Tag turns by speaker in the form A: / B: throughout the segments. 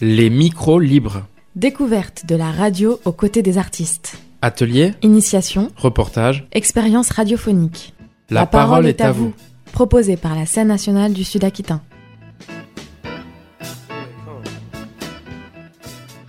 A: Les micros libres.
B: Découverte de la radio aux côtés des artistes.
A: Atelier,
B: Initiation,
A: reportage,
B: expérience radiophonique.
A: la, parole, est à vous.
B: Proposée par la scène nationale du Sud Aquitain.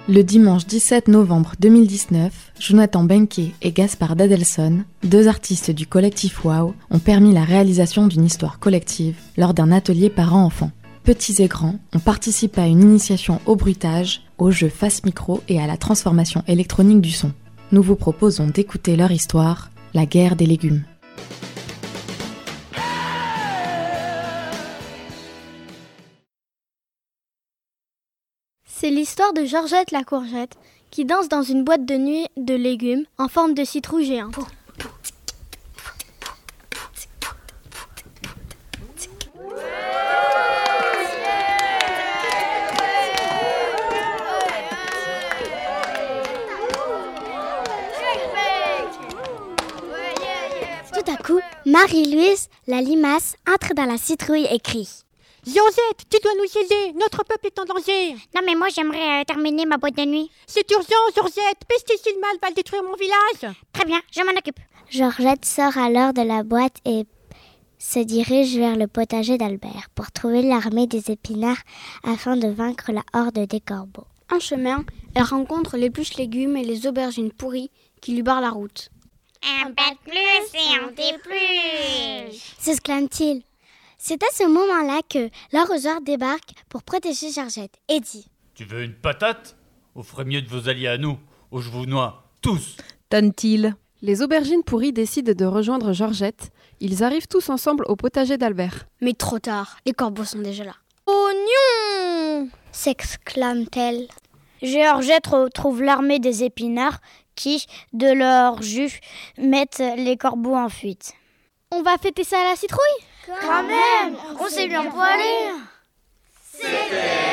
B: Le dimanche 17 novembre 2019, Jonathan Benke et Gaspard Dadelson, deux artistes du collectif WOW, ont permis la réalisation d'une histoire collective lors d'un atelier parents-enfants. Petits et grands ont participé à une initiation au bruitage, au jeu face micro et à la transformation électronique du son. Nous vous proposons d'écouter leur histoire, La guerre des légumes.
C: C'est l'histoire de Georgette la courgette qui danse dans une boîte de nuit de légumes en forme de citrouille géante.
D: Tout à coup, Marie-Louise, la limace, entre dans la citrouille et crie.
E: Georgette, tu dois nous aider, notre peuple est en danger.
D: Non mais moi j'aimerais euh, terminer ma boîte de nuit.
E: C'est urgent, Georgette, pesticides mal va détruire mon village.
D: Très bien, je m'en occupe. Georgette sort alors de la boîte et se dirige vers le potager d'Albert pour trouver l'armée des épinards afin de vaincre la horde des corbeaux.
C: En chemin, elle rencontre les bûches légumes et les aubergines pourries qui lui barrent la route.
D: Un pas de plus et on dépluche s'exclame-t-il. C'est à ce moment-là que l'arroseur débarque pour protéger Georgette et dit
F: Tu veux une patate Offrez mieux de vos alliés à nous, ou je vous noie tous.
G: tonne-t-il.
H: Les aubergines pourries décident de rejoindre Georgette. Ils arrivent tous ensemble au potager d'Albert.
C: Mais trop tard, les corbeaux sont déjà là.
D: Oignon s'exclame-t-elle. Georgette retrouve l'armée des épinards qui, de leur jus, mettent les corbeaux en fuite.
C: On va fêter ça à la citrouille
D: Quand même On s'est bien poilé C'était